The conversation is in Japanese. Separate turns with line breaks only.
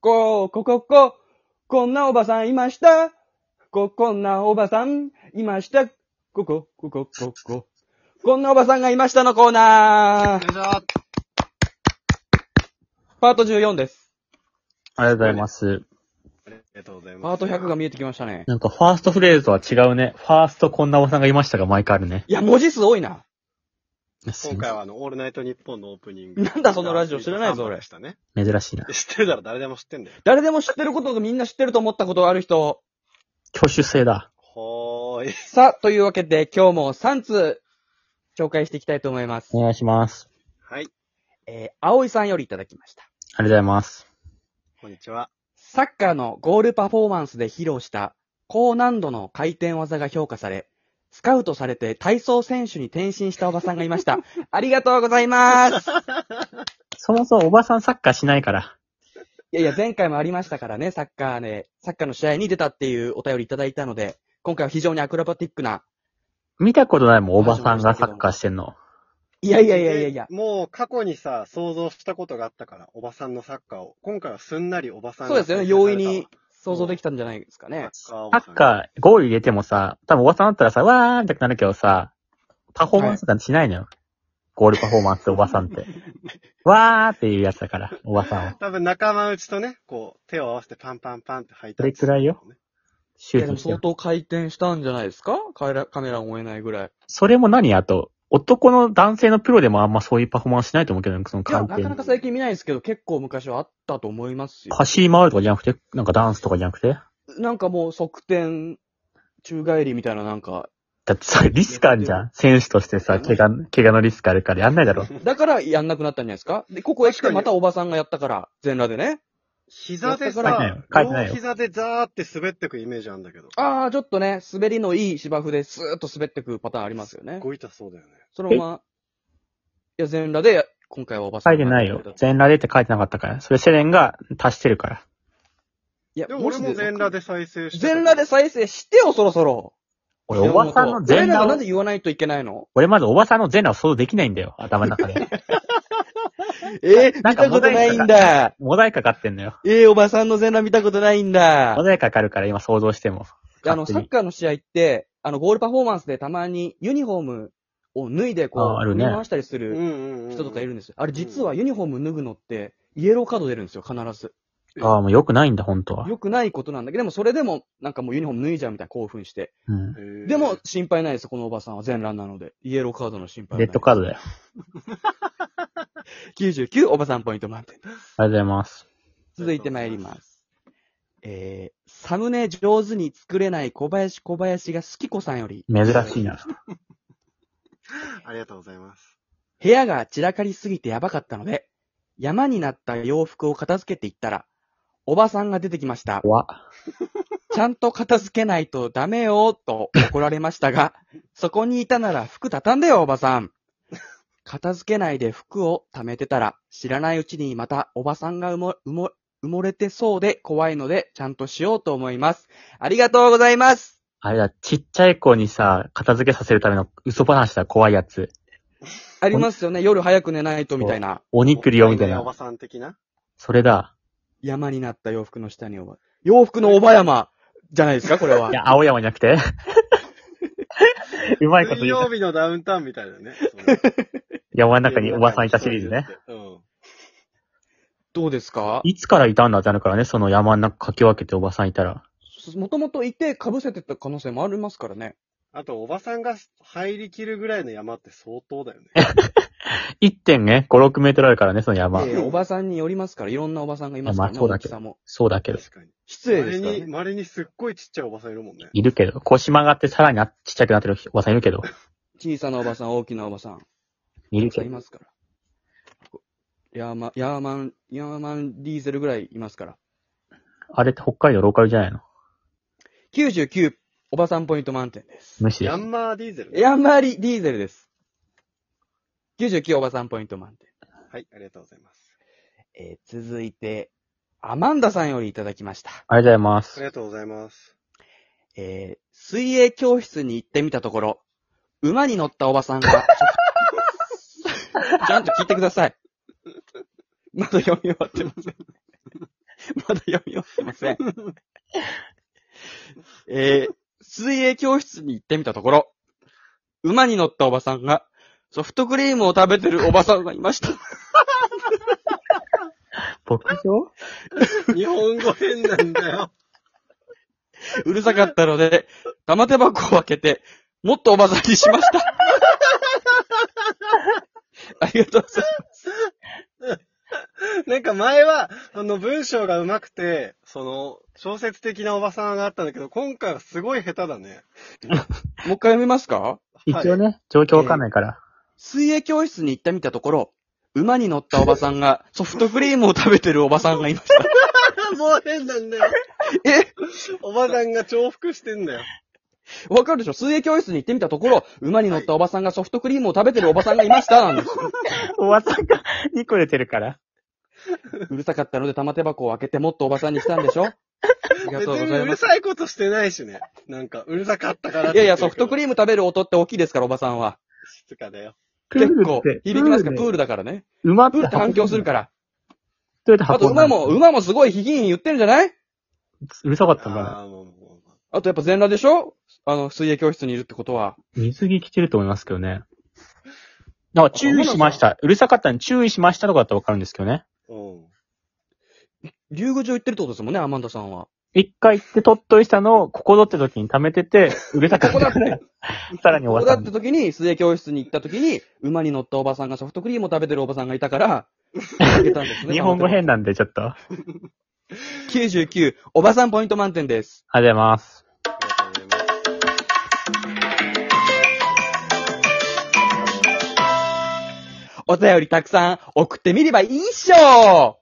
こ、こ、こ、こ、こんなおばさんいました。こ、こんなおばさんいました。こ、こ、こ、こ、こ、こ。こんなおばさんがいましたのコーナー。
よいしょあ
パート14です。
ありがとうございます。
りがとうござい
パ
ま
ー
す。
ト100が見えてきましたね。
なんか、ファーストフレーズとは違うね。ファーストこんなおばさんがいましたが、毎回あるね。
いや、文字数多いな。
今回はあの、オールナイトニッポンのオープニング。
なんだそのラジオ知らないぞ俺
でしたね。
珍しいな。
知ってるだろ、誰でも知ってんだよ。
誰でも知ってることがみんな知ってると思ったことがある人。
挙手制だ。
ほーい。
さあ、というわけで今日も3通紹介していきたいと思います。
お願いします。
はい。
えー、葵さんよりいただきました。
ありがとうございます。
こんにちは。
サッカーのゴールパフォーマンスで披露した高難度の回転技が評価され、スカウトされて体操選手に転身したおばさんがいました。ありがとうございます。い
そもそもおばさんサッカーしないから。
やいや、前回もありましたからね、サッカーで、サッカーの試合に出たっていうお便りいただいたので、今回は非常にアクロバティックな。
見たことないもん、おばさんがサッカーしてんの。
いやいやいやいやいや
で。もう過去にさ、想像したことがあったから、おばさんのサッカーを。今回はすんなりおばさん
そう
が
ですよね、容易に想像できたんじゃないですかね。
サッ
サ
カー
ッカー、ゴール入れてもさ、多分おばさんだったらさ、わーってなるけどさ、パフォーマンスなんてしないのよ。ゴールパフォーマンスっておばさん って。わーっていうやつだから、おばさんを。
多分仲間内とね、こう、手を合わせてパンパンパンって履いた
それくらいよ。
い
シュ
やで
ート
も
して
相
る。
当回転したんじゃないですかカメラカメラを追えないぐらい。
それも何あと、男の男性のプロでもあんまそういうパフォーマンスしないと思うけど、その
いや、
観
なか
点
な。か最近見ないですけど、結構昔はあったと思いますよ。
走り回るとかじゃなくて、なんかダンスとかじゃなくて。
なんかもう側転、宙返りみたいななんか、
だってさ、リスクあるじゃん。選手としてさ、怪我、怪我のリスクあるからやんないだろ。
だからやんなくなったんじゃないですかで、ここへ来てまたおばさんがやったから、全裸でね。
膝で
やった
から
さ、
書いてないよ書いてないよ
両膝でザーって滑ってくイメージあるんだけど。
あー、ちょっとね、滑りのいい芝生でスーッと滑ってくパターンありますよね。
ごい痛そうだよね。
そのまま、いや、全裸で、今回はおばさ
書
ん
いてないよ。全裸でって書いてなかったから。それセレンが足してるから。
いや、
でも俺も全裸
で。
で再生してた。
全裸で再生してよ、そろそろ。
俺、おばさんの全
俺らがな
裸
ん
を
で、言わないといけないの
俺まずおばさんの全裸を想像できないんだよ。頭の中 で。
え
な
見
んか
たことないんだ。
モザイクかかってんのよ。
えー、おばさんの全裸見たことないんだ
モ。ザイクかかるから今想像しても。
あの、
勝手
サ
に
ッカーの試合って、あの、ゴールパフォーマンスでたまにユニフォームを脱いで、こ
あ
う、
あるね
振り回したりす
うん
る
うんうん。
人とかいるんですよ。あれ、実はユニフォーム脱ぐのって、イエローカード出るんですよ、必ず。
ああ、もう良くないんだ、本当は。
良くないことなんだけど、でもそれでも、なんかもうユニフォーム脱いじゃうみたいな興奮して。
うん。
へー。
でも、心配ないです、このおばさんは全裸なので。イエローカードの心配はな
レ
い。
ッドカードだよ。
99、おばさんポイント満点。
ありがとうございます。
続いて参ります。えー、サムネ上手に作れない小林小林が好き子さんより、
珍しいな。
ありがとうございます。
部屋が散らかりすぎてやばかったので、山になった洋服を片付けていったら、おばさんが出てきました。
怖っ
ちゃんと片付けないとダメよ、と怒られましたが、そこにいたなら服畳んでよ、おばさん。片付けないで服を溜めてたら、知らないうちにまたおばさんが埋も、埋も、埋もれてそうで怖いので、ちゃんとしようと思います。ありがとうございます。
あれだ、ちっちゃい子にさ、片付けさせるための嘘話だ、怖いやつ。
ありますよね、夜早く寝ないとみたいな。
鬼来るよ、みたい
お
な
ば。さん的な
それだ。
山になった洋服の下におば、洋服のおば山じゃないですか、これは。
いや、青山じゃなくて。 うまいこと
水
言う
曜
な。
日のダウンタウンみたいだね。
山の中におばさんいたシリーズね。。
うん。
どうですか
いつからいたんだってなるからね、その山の中かき分けておばさんいたら。
もともといて被せてた可能性もありますからね。
あと、おばさんが入りきるぐらいの山って相当だよね。
1.5、ね、5、6メートルあるからね、その山
い。やいやおばさんによりますから、いろんなおばさんがいますからね、
まあそうだ
大
け
き
ど
さも。
そうだけど。
確かに。
失礼ですから
稀に、
ね。
稀にすっごいちっちゃいおばさんいるもんね。
いるけど。腰曲がってさらにあちっちゃくなってるおばさんいるけど。
小さなおばさん、大きなおばさん、
いる
たくさ
け
んいま
ど。
すから。ヤーマン、ヤーマン、ヤーマンディーゼルぐらいいますから。
あれって北海道ローカルじゃないの
99、おばさんポイント満点です。
無視で
ヤ
す。
ンマーディーゼルね。
ヤーマリディーゼルです。99、おばさんポイント満点。
はい、ありがとうございます。
えー続いて、アマンダさんよりいただきました。
ありがとうございま
あり
す。
がとうございます。
えー水泳教室に行ってみたところ、馬に乗ったおばさんが、 ちゃんと聞いてください。まだ読み終わってません。まだ読み終わってません。えー水泳教室に行ってみたところ、馬に乗ったおばさんが、ソフトクリームを食べてるおばさんがいました。
牧場
日本語変なんだよ。
うるさかったので、玉手箱を開けて、もっとおばさんにしま した。ありがとうございます。
なんか前は、あの文章が上手くて、その、小説的なおばさんがあったんだけど、今回はすごい下手だね。
もう一回読みますか
一応ね、状況わかんないから。
水泳教室に行ってみたところ、馬に乗ったおばさんがソフトクリームを食べてるおばさんがいました。
もう変なんだよ。
え
おばさんが重複してんだよ。
わかるでしょ水泳教室に行ってみたところ、馬に乗ったおばさんがソフトクリームを食べてるおばさんがいました。なんです
おばさんが2個出てるから。
うるさかったので玉手箱を開けてもっとおばさんにしたんでしょありが
別
とうご
に
ざいうま
る
す。
さいことしてないしね。なんか、うるさかったからっ
い
て
やいや、
言ってる
ソ
け
フ
ど
トクリーム食べる音って大きいですから、おばさんは。
静かだよ。
結構、響きますから、プールだからね。
馬っ
プールって反響する
ら。
から。
どうやって
あと、
運んだ
馬
の
も、馬もすごいヒヒン言ってるんじゃないう
るさかったんだな。
ああ、もう、もう
あとやっぱ全裸でしょあの、水泳教室にいるってことは。
水着着てると思いますけどね。なんか注意しました。うるさかったんで注意しましたとかだったらわかるんですけどね。
うん。
竜宮城行ってるってことですもんね、アマンダさんは。
一回行って鳥取したのを、ここぞって時に溜めてて、うるさか ったから、さらに
こ
終
こ
わ
だっ
ったん
て
だ。
時に、水泳教室に行った時に、馬に乗ったおばさんがソフトクリームを食べてるおばさんがいたから、あげたんですね。
日本語変なんで、ちょっと。あ
99、おばさんポイント満点です。
りがとうございま
あ
す。
りがとうございます。
お便りたくさん送ってみればいいっしょ